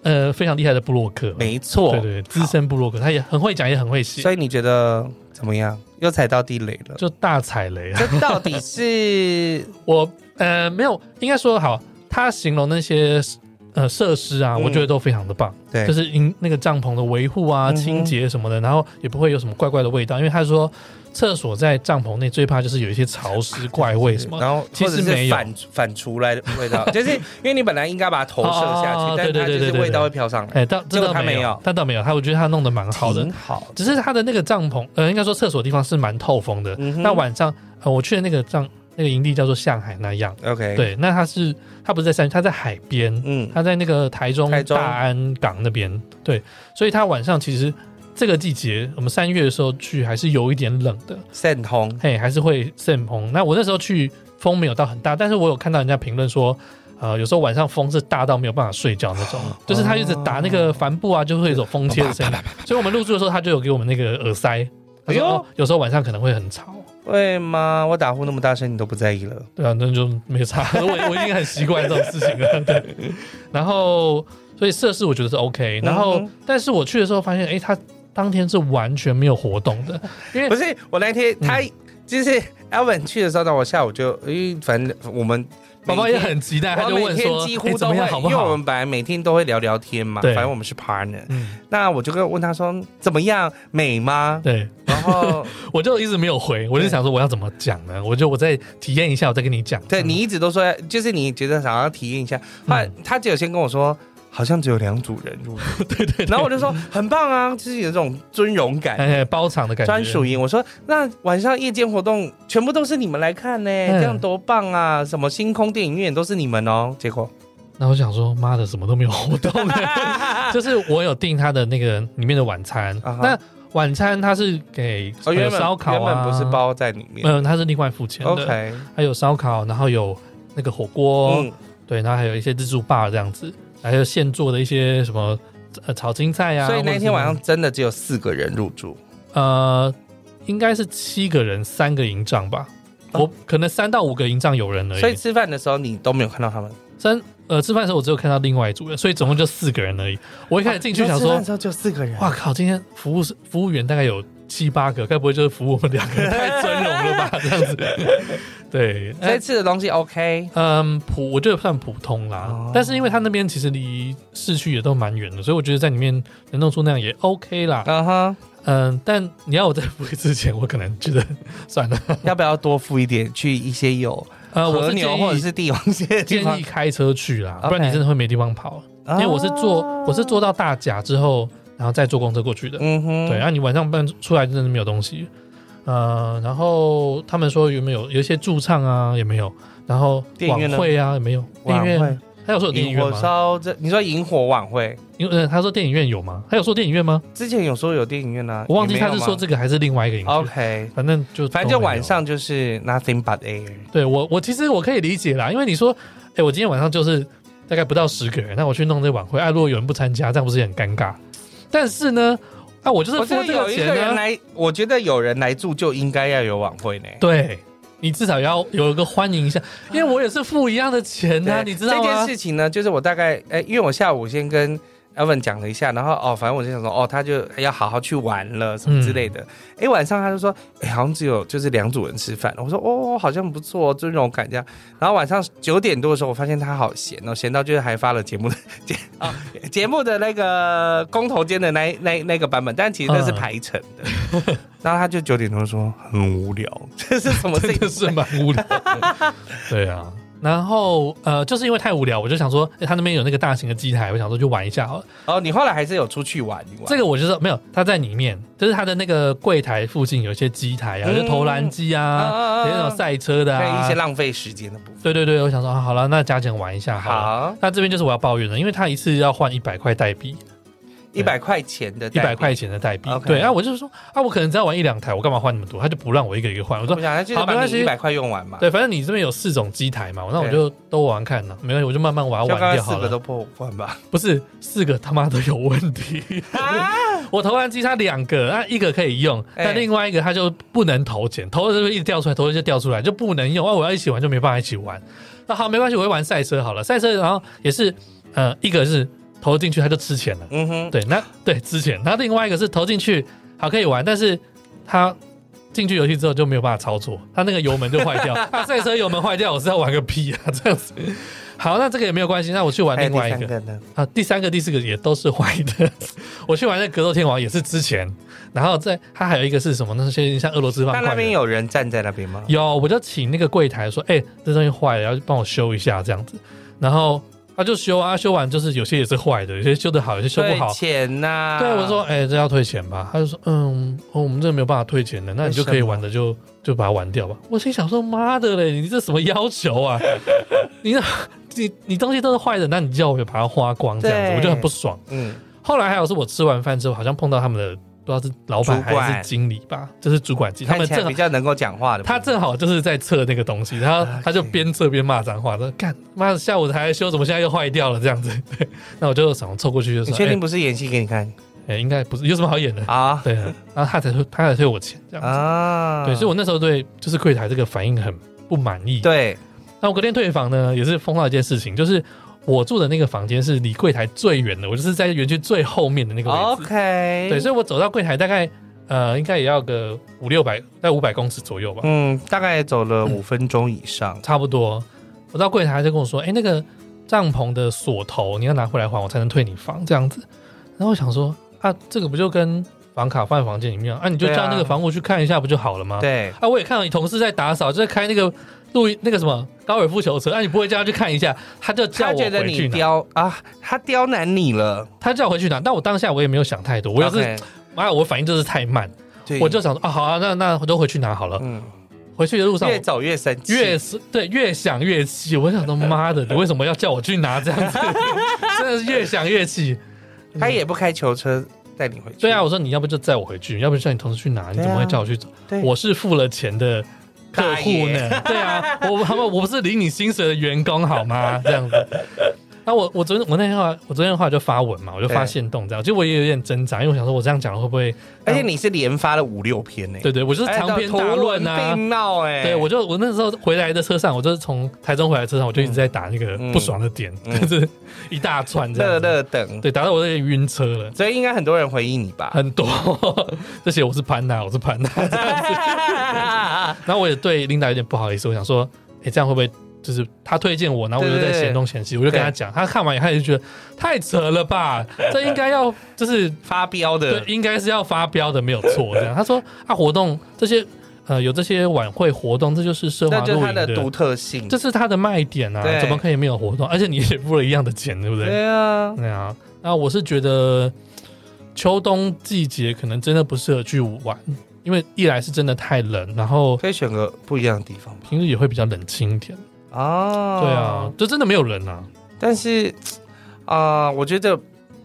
Speaker 1: 呃非常厉害的布洛克嘛，
Speaker 2: 没错，
Speaker 1: 对对，资深布洛克，他也很会讲，也很会
Speaker 2: 好。
Speaker 1: 写，
Speaker 2: 所以你觉得怎么样？又踩到地雷了？
Speaker 1: 就大踩雷啊！
Speaker 2: 这到底是
Speaker 1: 我呃没有，应该说好，他形容那些呃设施啊，
Speaker 2: 嗯
Speaker 1: 我觉得都非常的棒，
Speaker 2: 对，
Speaker 1: 就是因那个帐篷的维护啊、
Speaker 2: 嗯哼
Speaker 1: 清洁什么的，然后也不会有什么怪怪的味道，因为他说厕所在帐篷内最怕就是有一些潮湿怪味什么。
Speaker 2: 然后
Speaker 1: 其实
Speaker 2: 或者是
Speaker 1: 没有
Speaker 2: 反反出来的 味道，就是因为你本来应该把它投射下
Speaker 1: 哦哦哦
Speaker 2: 去，但
Speaker 1: 对对
Speaker 2: 是它就
Speaker 1: 对对
Speaker 2: 是
Speaker 1: 对
Speaker 2: 味道会飘上来，
Speaker 1: 哎，倒这
Speaker 2: 结果
Speaker 1: 倒
Speaker 2: 他
Speaker 1: 没
Speaker 2: 没
Speaker 1: 有
Speaker 2: 有，
Speaker 1: 他倒没有，他我觉得他弄得蛮好的
Speaker 2: 挺，好的，
Speaker 1: 只是他的那个帐篷，呃，应该说厕所地方是蛮透风的。
Speaker 2: 嗯哼
Speaker 1: 那晚上，呃，我去的那个帐那个营地叫做向海那样，
Speaker 2: OK，，
Speaker 1: 对，那它是它不是在山，它在海边，
Speaker 2: 嗯，
Speaker 1: 它在那个台中
Speaker 2: 台中
Speaker 1: 大安港那边，对，所以它晚上其实这个季节，我们三月的时候去还是有一点冷的，
Speaker 2: 散通，
Speaker 1: 嘿，还是会盛风。那我那时候去风没有到很大，但是我有看到人家评论说。呃，有时候晚上风是大到没有办法睡觉那种，
Speaker 2: 哦
Speaker 1: 就是它一直打那个帆布啊，就会有一种风切的声音。所以我们入住的时候，他就有给我们那个耳塞。他
Speaker 2: 哎呦
Speaker 1: 说、哦、有时候晚上可能会很吵，
Speaker 2: 会吗？我打呼那么大声，你都不在意了，
Speaker 1: 对啊，那就没差， 我我已经很习惯这种事情 了。对，然后所以设施我觉得是 OK，然后、
Speaker 2: 嗯哼
Speaker 1: 但是我去的时候发现，哎、他当天是完全没有活动 的，因
Speaker 2: 不
Speaker 1: 为
Speaker 2: 是，我那天他
Speaker 1: 嗯
Speaker 2: 就是 Alvin 去的时候，呢，我下午就因为反正我们
Speaker 1: 宝宝也。很期待，他
Speaker 2: 我
Speaker 1: 就
Speaker 2: 每
Speaker 1: 问
Speaker 2: 天
Speaker 1: 说，
Speaker 2: 几
Speaker 1: 诶
Speaker 2: 乎
Speaker 1: 怎么
Speaker 2: 都会，
Speaker 1: 样好不
Speaker 2: 因为我
Speaker 1: 好？
Speaker 2: 们本来每天都会聊聊天嘛，
Speaker 1: 对
Speaker 2: 反正我们是 partner。
Speaker 1: 嗯，
Speaker 2: 那我就跟问他说怎么样，美吗？
Speaker 1: 对，
Speaker 2: 然后
Speaker 1: 我就一直没有回，我就想说我要怎么讲呢？我就我再体验一下，我再跟你讲。
Speaker 2: 对
Speaker 1: 嗯
Speaker 2: 你一直都说，就是你觉得想要体验一下，后来他只有先跟我说，好像只有两组人入住，
Speaker 1: 对对，对
Speaker 2: 然后我就说很棒啊，就是有这种尊荣感。
Speaker 1: 哎包场的感觉，
Speaker 2: 专属营，我说那晚上夜间活动全部都是你们来看呢、
Speaker 1: 嗯
Speaker 2: 这样多棒啊！什么星空电影院都是你们哦。结果
Speaker 1: 然后我想说，妈的，什么都没有活 动、欸 就是我有订他的那个里面的晚餐，
Speaker 2: 啊哈
Speaker 1: 那晚餐他是给
Speaker 2: 哦，
Speaker 1: 有
Speaker 2: 原本
Speaker 1: 烧烤
Speaker 2: 原
Speaker 1: 啊，
Speaker 2: 本不是，包在里面。
Speaker 1: 嗯，他是另外付钱的，哦
Speaker 2: OK，
Speaker 1: 还有烧烤，然后有那个火锅，
Speaker 2: 嗯，
Speaker 1: 对，然后还有一些自助 bar 这样子，还有现做的一些什么呃炒青菜呀、
Speaker 2: 所以那天晚
Speaker 1: 或
Speaker 2: 上
Speaker 1: 者
Speaker 2: 真的只有四个人入住，
Speaker 1: 是呃应该是七个人三个营帐吧。
Speaker 2: 哦
Speaker 1: 我可能三到五个营帐有人而已，
Speaker 2: 所以吃饭的时候你都没有看到他们。
Speaker 1: 三呃吃饭的时候我只有看到另外一组人，所以总共就四个人而已。我一开始进去想
Speaker 2: 哦吃
Speaker 1: 说
Speaker 2: 饭的，时候就四个人，
Speaker 1: 哇靠！今天服务是服务员大概有七八个，该不会就是服务我们两个人？太尊荣了吧？这 样子，对，
Speaker 2: 所
Speaker 1: 哎
Speaker 2: 以吃的东西 OK，
Speaker 1: 嗯，普我觉得算普通啦，
Speaker 2: 哦
Speaker 1: 但是因为他那边其实离市区也都蛮远的，所以我觉得在里面能弄出那样也 OK 啦。
Speaker 2: 嗯哼，
Speaker 1: 嗯，但你要我在付费之前，我可能觉得算 了。
Speaker 2: 要不要多付一点去一些有
Speaker 1: 呃，我
Speaker 2: 和
Speaker 1: 是
Speaker 2: 牛
Speaker 1: 建
Speaker 2: 或者
Speaker 1: 议
Speaker 2: 是帝王蟹的地
Speaker 1: 建
Speaker 2: 方
Speaker 1: 议？开车去啦，
Speaker 2: OK
Speaker 1: 不然你真的会没地方跑。因为我是坐
Speaker 2: 啊
Speaker 1: 我是坐，到大甲之后，然后再坐公车过去的。
Speaker 2: 嗯哼，
Speaker 1: 对，然、后啊你晚上办出来真的没有东西。呃，然后他们说有没有有一些驻唱啊，也没有，然后
Speaker 2: 电影
Speaker 1: 晚
Speaker 2: 院呢
Speaker 1: 会啊也没有，电影
Speaker 2: 晚
Speaker 1: 院
Speaker 2: 会，
Speaker 1: 他有说有电影
Speaker 2: 萤火
Speaker 1: 院吗？
Speaker 2: 烧这，你说萤火晚会
Speaker 1: 因为呃他说电影院有吗？他有说电影院吗？
Speaker 2: 之前有说有电影院啊，
Speaker 1: 我忘记
Speaker 2: 也没
Speaker 1: 他
Speaker 2: 有
Speaker 1: 是说
Speaker 2: 吗
Speaker 1: 这个还是另外一个影剧，
Speaker 2: OK，
Speaker 1: 反正就
Speaker 2: 反正
Speaker 1: 都
Speaker 2: 就
Speaker 1: 没有
Speaker 2: 晚。上就是 nothing but air，
Speaker 1: 对我我其实我可以理解啦，因为你说，哎，我今天晚上就是大概不到十个人，那我去弄这晚会，哎，如果有人不参加，这样不是也很尴尬？但是呢，啊，我就是
Speaker 2: 我觉
Speaker 1: 付
Speaker 2: 得
Speaker 1: 这
Speaker 2: 有一
Speaker 1: 钱
Speaker 2: 个
Speaker 1: 呢、
Speaker 2: 人来，我觉得有人来住就应该要有晚会呢。
Speaker 1: 对你至少要有一个欢迎一下，因为我也是付一样的钱呐、
Speaker 2: 对
Speaker 1: 你知道
Speaker 2: 这件
Speaker 1: 吗？
Speaker 2: 事情呢，就是我大概，哎、因为我下午先跟 Evan 讲了一下，然后哦，反正我就想说，哦，他就要好好去玩了什么之类的。
Speaker 1: 嗯
Speaker 2: 哎、晚上他就说，哎、好像只有就是两组人吃饭。我说，哦，好像不错，尊荣感这样。然后晚上九点多的时候，我发现他好闲哦，闲到就是还发了节目的节
Speaker 1: 哦
Speaker 2: 啊、 节目的那个公头间的那一那那个版本，但其实那是
Speaker 1: 嗯
Speaker 2: 排成的。然后他就九点多说很无聊， 这是什么事
Speaker 1: 真的
Speaker 2: 情？
Speaker 1: 是蛮无聊的。 对啊，然后呃，就是因为太无聊，我就想说，诶他那边有那个大型的机台，我想说就玩一下好了。
Speaker 2: 哦，你后来还是有出去玩，你玩
Speaker 1: 这个我就说没有，他在里面，就是他的那个柜台附近有一些机台啊，
Speaker 2: 嗯
Speaker 1: 有些投篮机啊，
Speaker 2: 啊
Speaker 1: 有那种赛车的
Speaker 2: 对一
Speaker 1: 啊
Speaker 2: 些。浪费时间的部分。
Speaker 1: 对对对，我想说、啊、好了，那加减玩一下好了。
Speaker 2: 好，
Speaker 1: 那这边就是我要抱怨的，因为他一次要换一百块代币，
Speaker 2: 一百块钱的
Speaker 1: 一
Speaker 2: 代币
Speaker 1: 百，块钱的代币。
Speaker 2: OK
Speaker 1: 对啊，我就说啊，我可能只要玩一两台，我干嘛换那么多？他就不让我一个一个换。我说
Speaker 2: 我想他就
Speaker 1: 好没
Speaker 2: 是把
Speaker 1: 关
Speaker 2: 你
Speaker 1: 系
Speaker 2: 一百块用完嘛。
Speaker 1: 对，反正你这边有四种机台嘛，那我
Speaker 2: 对
Speaker 1: 就都玩看了，没关系，我就慢慢玩
Speaker 2: 就刚
Speaker 1: 玩
Speaker 2: 刚
Speaker 1: 掉
Speaker 2: 四
Speaker 1: 好
Speaker 2: 个
Speaker 1: 了。
Speaker 2: 都破万吧。
Speaker 1: 不是四个他妈的有问题， 我投篮机它两个，那一个可以用，
Speaker 2: 哎
Speaker 1: 那另外一个它就不能投钱，投的时候一直掉出来，投的就掉出来就不能用，啊，我要一起玩就没办法一起玩。那好，没关系，我会玩赛车好了，赛车然后也是呃，一个是投进去它就吃钱了，
Speaker 2: 嗯哼，
Speaker 1: 对，那对之前，那另外一个是投进去好可以玩，但是它进去游戏之后就没有办法操作，它那个油门就坏掉，它赛车油门坏掉，我是要玩个屁啊这样子。好，那这个也没有关系。那我去玩
Speaker 2: 还有
Speaker 1: 另
Speaker 2: 第
Speaker 1: 外一
Speaker 2: 三
Speaker 1: 个
Speaker 2: 个呢？
Speaker 1: 啊，第三个、第四个也都是坏的。我去玩那格斗天王也是之前，然后在它还有一个是什么？那些像俄罗斯方
Speaker 2: 那
Speaker 1: 块
Speaker 2: 那
Speaker 1: 的
Speaker 2: 边有人站在那边吗？
Speaker 1: 有，我就请那个柜台说：“哎、这东西坏了，要帮我修一下这样子。”然后他就修啊，修完就是有些也是坏的，有些修得好，有些修不
Speaker 2: 对
Speaker 1: 好。
Speaker 2: 钱呐、
Speaker 1: 对，我说：“哎、这要退钱吧？”他就说：“嗯，哦，我们这个没有办法退钱的，那你就可以玩的就就把它玩掉吧。”我心想说：“妈的嘞，你这什么要求啊？ 你那你你东西都是坏的，那你叫我把它花光这样子，
Speaker 2: 对
Speaker 1: 我就很不爽。”
Speaker 2: 嗯，
Speaker 1: 后来还有是我吃完饭之后，好像碰到他们的不知道是老板
Speaker 2: 主管
Speaker 1: 还是经理吧，就是主管级，他
Speaker 2: 看
Speaker 1: 们
Speaker 2: 起
Speaker 1: 正
Speaker 2: 来
Speaker 1: 好
Speaker 2: 比较能够讲话的。
Speaker 1: 他正好就是在测那个东西，然后
Speaker 2: OK
Speaker 1: 他就边测边骂脏话，说：“干妈的，下午才修，怎么现在又坏掉了？”这样子， 对，那我就想凑过去就
Speaker 2: 你
Speaker 1: 说：“
Speaker 2: 确
Speaker 1: 哎、
Speaker 2: 定不是演戏给你看
Speaker 1: 哎应该不是，有什么好演的
Speaker 2: 啊？”
Speaker 1: 对，然后他才退，他才退我钱，这样子。
Speaker 2: 啊，
Speaker 1: 对，所以我那时候对就是柜台这个反应很不满意。，
Speaker 2: 对
Speaker 1: 那我隔天退房呢，也是碰到一件事情，就是我住的那个房间是离柜台最远的，我就是在园区最后面的那个位置。
Speaker 2: ，OK，
Speaker 1: 对，所以我走到柜台大概呃，应该也要个五六百，在五百公尺左右吧。
Speaker 2: 嗯，大概走了五分钟以上。
Speaker 1: 差不多。我到柜台就跟我说：“哎、那个帐篷的锁头你要拿回来还我才能退你房这样子。”然后我想说：“啊，这个不就跟房卡放在房间里面啊？你就
Speaker 2: 对啊
Speaker 1: 叫那个房务去看一下不就好了吗？”
Speaker 2: 对，
Speaker 1: 啊，我也看到你同事在打扫，就在开那个录音那个什么高尔夫球车，啊，你不会叫他去看一下，他就叫
Speaker 2: 他
Speaker 1: 我
Speaker 2: 觉得
Speaker 1: 回去
Speaker 2: 你
Speaker 1: 拿，
Speaker 2: 刁啊，他刁难你了。
Speaker 1: 他叫我回去拿。但我当下我也没有想太多，我就是妈呀，我反应就是太慢，
Speaker 2: 对
Speaker 1: 我就想说啊，好啊，那那我都回去拿好了。
Speaker 2: 嗯，
Speaker 1: 回去的路上
Speaker 2: 越走越生气，
Speaker 1: 越是对越想越气，我想说妈的，你为什么要叫我去拿这样子？ 真的是越想越气。
Speaker 2: 他也不开囚车带你回去。
Speaker 1: 对啊，，我说你要不就载我回去，要不就叫你同事去拿，你
Speaker 2: 对啊
Speaker 1: 怎么会叫我去走？
Speaker 2: 对
Speaker 1: 我是付了钱的客
Speaker 2: 大
Speaker 1: 户
Speaker 2: 爷
Speaker 1: 呢， 对啊，我他们我不是领你薪水的员工好 吗？这样子。那我我昨天我那天话我昨天的话就发文嘛，我就发
Speaker 2: 对
Speaker 1: 现动这样，其实我也有点挣扎，因为我想说我这样讲会不会？
Speaker 2: 而且你是连发了五六篇呢、
Speaker 1: 对对，我就是
Speaker 2: 哎
Speaker 1: 长篇大论
Speaker 2: 图
Speaker 1: 啊
Speaker 2: 文，并茂哎、
Speaker 1: 对，我就我那时候回来的车上，我就是从台中回来的车上，我就一直在打那个不爽的点，
Speaker 2: 嗯
Speaker 1: 就是一大串这
Speaker 2: 乐
Speaker 1: 样子。
Speaker 2: 乐等，
Speaker 1: 对，打到我有点晕车了，
Speaker 2: 所以应该很多人回应你 吧？
Speaker 1: 很多这些我是潘娜，我是潘娜。然后我也对琳达有点不好意思，我想说，哎、这样会不会就是他推荐我，然后我就在嫌东嫌西，我就跟他讲，他看完以后他就觉得太扯了 吧，这应该要就是
Speaker 2: 发飙
Speaker 1: 对
Speaker 2: 的，，
Speaker 1: 应该是要发飙的，没有错。这样他说啊，活动这些呃有这些晚会活动，这就是奢华
Speaker 2: 那就是
Speaker 1: 露
Speaker 2: 它
Speaker 1: 营
Speaker 2: 的
Speaker 1: 的
Speaker 2: 独特性。
Speaker 1: 这是他的卖点啊
Speaker 2: 对，
Speaker 1: 怎么可以没有活动？而且你也付了一样的钱，对不对？
Speaker 2: 对啊，
Speaker 1: 对啊，那我是觉得秋冬季节可能真的不适合去玩，因为一来是真的太冷，然后
Speaker 2: 可以选个不一样的地方吧？
Speaker 1: 平日也会比较冷清一点。
Speaker 2: 啊，
Speaker 1: 对啊，，就真的没有人啊。
Speaker 2: 但是啊、我觉得，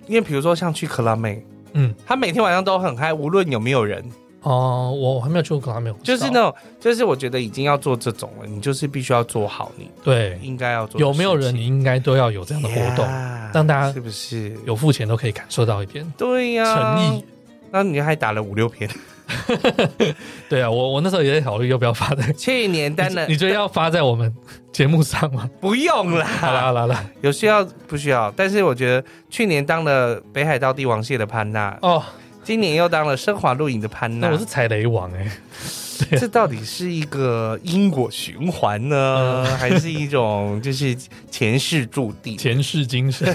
Speaker 2: 因为比如说像去克拉妹，
Speaker 1: 嗯，
Speaker 2: 她每天晚上都很嗨，无论有没有人，
Speaker 1: 哦，我我还没有去过格拉美，
Speaker 2: 就是那种，就是我觉得已经要做这种了，你就是必须要做好你
Speaker 1: 对，
Speaker 2: 应该要做的
Speaker 1: 有没有人
Speaker 2: 事
Speaker 1: 你
Speaker 2: 情
Speaker 1: 应该都要有这样的活动，
Speaker 2: Yeah，
Speaker 1: 让大家
Speaker 2: 是不是
Speaker 1: 有付钱都可以感受到一点
Speaker 2: 对呀、
Speaker 1: 诚意。。
Speaker 2: 那你还打了五六篇，
Speaker 1: 对啊，我我那时候也在考虑要不要发在，
Speaker 2: 去年单了
Speaker 1: 你啊觉得要发在我们节目上 吗？
Speaker 2: 不用
Speaker 1: 好啦
Speaker 2: 啦，
Speaker 1: 好啦好啦，
Speaker 2: 有需要不需要？但是我觉得去年当了北海道帝王蟹的潘娜，
Speaker 1: 哦，
Speaker 2: 今年又当了升华露营的潘
Speaker 1: 那
Speaker 2: 娜
Speaker 1: 我是，踩雷王哎、
Speaker 2: 这到底是一个因果循环呢，还是一种就是前世注定？
Speaker 1: 嗯前世今 生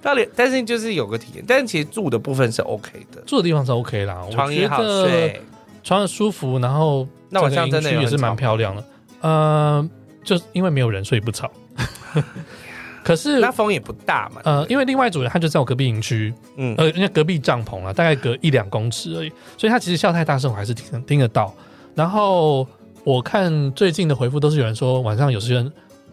Speaker 2: 到底，但是就是有个体验，但是其实住的部分是 OK 的，
Speaker 1: 住的地方是 OK 啦，我
Speaker 2: 床
Speaker 1: 觉
Speaker 2: 也好
Speaker 1: 得
Speaker 2: 睡。
Speaker 1: 床很舒服，然后
Speaker 2: 那晚上真的
Speaker 1: 整个
Speaker 2: 有
Speaker 1: 营
Speaker 2: 人
Speaker 1: 区也是蛮
Speaker 2: 吵
Speaker 1: 漂亮的。呃，就是因为没有人，所以不 吵。可是
Speaker 2: 那风也不大嘛。
Speaker 1: 呃，因为另外一组人他就在我隔壁营区，
Speaker 2: 嗯，
Speaker 1: 呃，人家隔壁帐篷了，大概隔一两公尺而已，所以他其实笑太大声，我还是听听得到。然后我看最近的回复都是有人说晚上有些人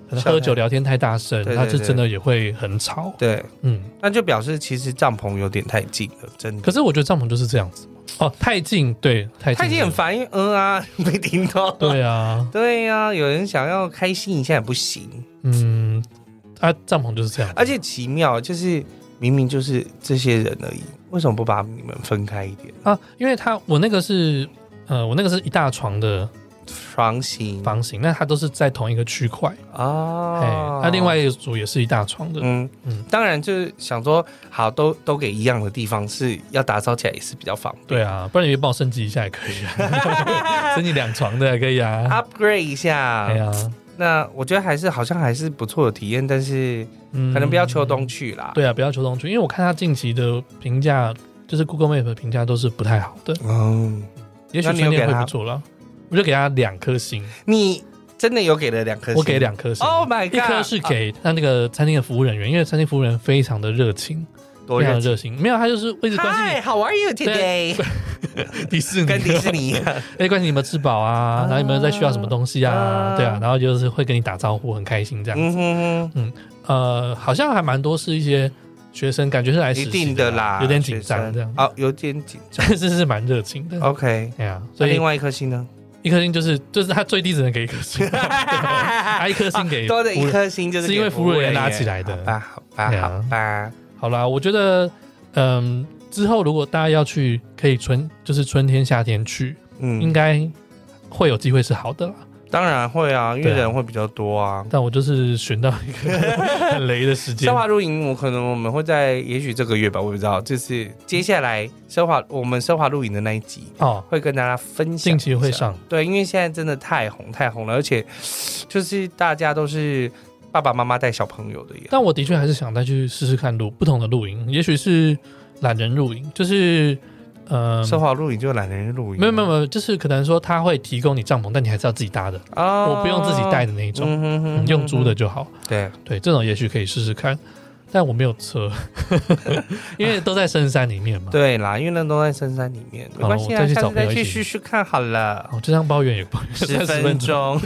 Speaker 1: 可能
Speaker 2: 笑太
Speaker 1: 喝酒聊天太大声
Speaker 2: 对，对
Speaker 1: 他就
Speaker 2: 对
Speaker 1: 真的也会很吵。
Speaker 2: 对，
Speaker 1: 嗯，
Speaker 2: 那就表示其实帐篷有点太近了，真的。
Speaker 1: 可是我觉得帐篷就是这样子哦，太近，对，太近，
Speaker 2: 他已经很烦，因为嗯啊， 没听到。
Speaker 1: 对啊，
Speaker 2: 对呀、有人想要开心一下也不行，
Speaker 1: 嗯，啊，帐篷就是这样，
Speaker 2: 而且奇妙就是明明就是这些人而已，为什么不把你们分开一点？
Speaker 1: 啊，因为它我那个是呃，我那个是一大床的
Speaker 2: 床型
Speaker 1: 房型，那它都是在同一个区块，哎、
Speaker 2: 啊，
Speaker 1: 那另外一组也是一大床的，
Speaker 2: 嗯
Speaker 1: 嗯
Speaker 2: 当然就是想说好都都给一样的地方，是要打造起来也是比较方便。
Speaker 1: 对啊，不然你帮我 升级一下也可以啊，升级两床的也可以啊，
Speaker 2: upgrade 一下，
Speaker 1: 哎呀、
Speaker 2: 那我觉得还是好像还是不错的体验，但是
Speaker 1: 嗯
Speaker 2: 可能不要秋冬去啦。
Speaker 1: 对啊，不要秋冬去，因为我看他近期的评价，就是 Google Map 的评价都是不太好的，
Speaker 2: 嗯，
Speaker 1: 也许
Speaker 2: 那你
Speaker 1: 春
Speaker 2: 有
Speaker 1: 天
Speaker 2: 给
Speaker 1: 会
Speaker 2: 他
Speaker 1: 不错了。我就给他两颗星，
Speaker 2: 你真的有给了两颗星，
Speaker 1: 我给两颗星
Speaker 2: Oh my god！
Speaker 1: 一颗是给他那个餐厅的服务人员，因为餐厅服务人员非常的热情，
Speaker 2: 多
Speaker 1: 非常
Speaker 2: 热
Speaker 1: 的
Speaker 2: 情。
Speaker 1: 热情，没有他就是一直关心
Speaker 2: Hi，How are you today？
Speaker 1: 你迪士尼，
Speaker 2: 跟迪士尼一啊 样，
Speaker 1: 哎、关心你有没有吃饱啊，然后有没有在需要什么东西啊？
Speaker 2: 啊
Speaker 1: 对啊，然后就是会跟你打招呼，很开心这样。
Speaker 2: 嗯哼
Speaker 1: 呃，好像还蛮多是一些学生，感觉是来
Speaker 2: 哼，
Speaker 1: 实
Speaker 2: 一
Speaker 1: 习
Speaker 2: 定的啦，
Speaker 1: 有点
Speaker 2: 学
Speaker 1: 紧
Speaker 2: 生
Speaker 1: 张这样，
Speaker 2: 哦，有点紧张。
Speaker 1: 但是是蛮热情的。
Speaker 2: OK，
Speaker 1: 哎呀，
Speaker 2: 那
Speaker 1: 所以
Speaker 2: 哦啊另外一颗 星呢？
Speaker 1: 一颗星就是就是他最低只能给一颗 星，他一颗星给
Speaker 2: 啊多的
Speaker 1: 仆
Speaker 2: 一
Speaker 1: 人
Speaker 2: 颗星就是
Speaker 1: 是因为
Speaker 2: 给
Speaker 1: 服务人员
Speaker 2: 员
Speaker 1: 拉起来的
Speaker 2: 好吧，好吧，
Speaker 1: 对啊
Speaker 2: 好吧。
Speaker 1: 好啦，我觉得，嗯，之后如果大家要去，可以春就是春天、夏天去，应
Speaker 2: 嗯，
Speaker 1: 该会有机会是好的啦。
Speaker 2: 当然会啊，因为
Speaker 1: 对啊
Speaker 2: 人会比较多啊。
Speaker 1: 但我就是选到一个 很雷的时 间
Speaker 2: 奢，华露营，我可能我们会在也许这个月吧，我也不知道。就是接下来奢华我们奢华露营的那一集
Speaker 1: 哦，
Speaker 2: 会跟大家分享，
Speaker 1: 近期会。上，
Speaker 2: 对，因为现在真的太红太红了，而且就是大家都是爸爸妈妈带小朋友的耶。
Speaker 1: 但我的确还是想再去试试看露不同的露营，也许是懒人露营，就是嗯。
Speaker 2: 奢华露营就懒人露营，
Speaker 1: 没有没有没有，就是可能说他会提供你帐篷，但你还是要自己搭的，
Speaker 2: 啊
Speaker 1: 我不用自己带的那一种，
Speaker 2: 嗯哼哼
Speaker 1: 嗯用租的，就好。
Speaker 2: 对，
Speaker 1: 对，这种也许可以试试看，但我没有车， 因为都在深山里面嘛。
Speaker 2: 对啦，因为那都在深山里面，没
Speaker 1: 好
Speaker 2: 关系啊，
Speaker 1: 我再去
Speaker 2: 下
Speaker 1: 找
Speaker 2: 次再
Speaker 1: 朋友
Speaker 2: 去
Speaker 1: 一起
Speaker 2: 试试看 好了。
Speaker 1: 哦，这张抱怨也抱怨
Speaker 2: 十
Speaker 1: 30
Speaker 2: 分，钟，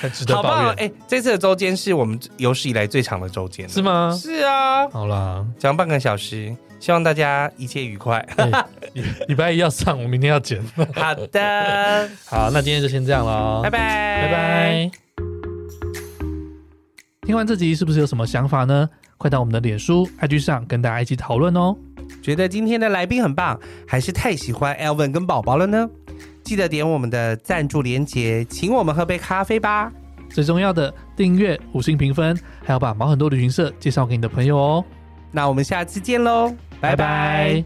Speaker 1: 很值得
Speaker 2: 好
Speaker 1: 抱
Speaker 2: 棒！
Speaker 1: 怨，
Speaker 2: 哎，这次的周间是我们有史以来最长的周间了，
Speaker 1: 是吗？
Speaker 2: 是啊，
Speaker 1: 好啦，
Speaker 2: 讲半个小时，希望大家一切愉快。
Speaker 1: 哎礼礼拜一要上，我明天要剪。
Speaker 2: 好 的，
Speaker 1: 好，那今天就先这样了，
Speaker 2: 拜拜，拜
Speaker 1: 拜。拜。听完这集是不是有什么想法呢？快到我们的脸书、IG 上跟大家一起讨论哦。
Speaker 2: 觉得今天的来宾很棒，还是太喜欢 Elvin 跟宝宝了呢？记得点我们的赞助连结，请我们喝杯咖啡吧。
Speaker 1: 最重要的，订阅、五星评分，还要把毛很多旅行社介绍给你的朋友哦。
Speaker 2: 那我们下次见喽，拜拜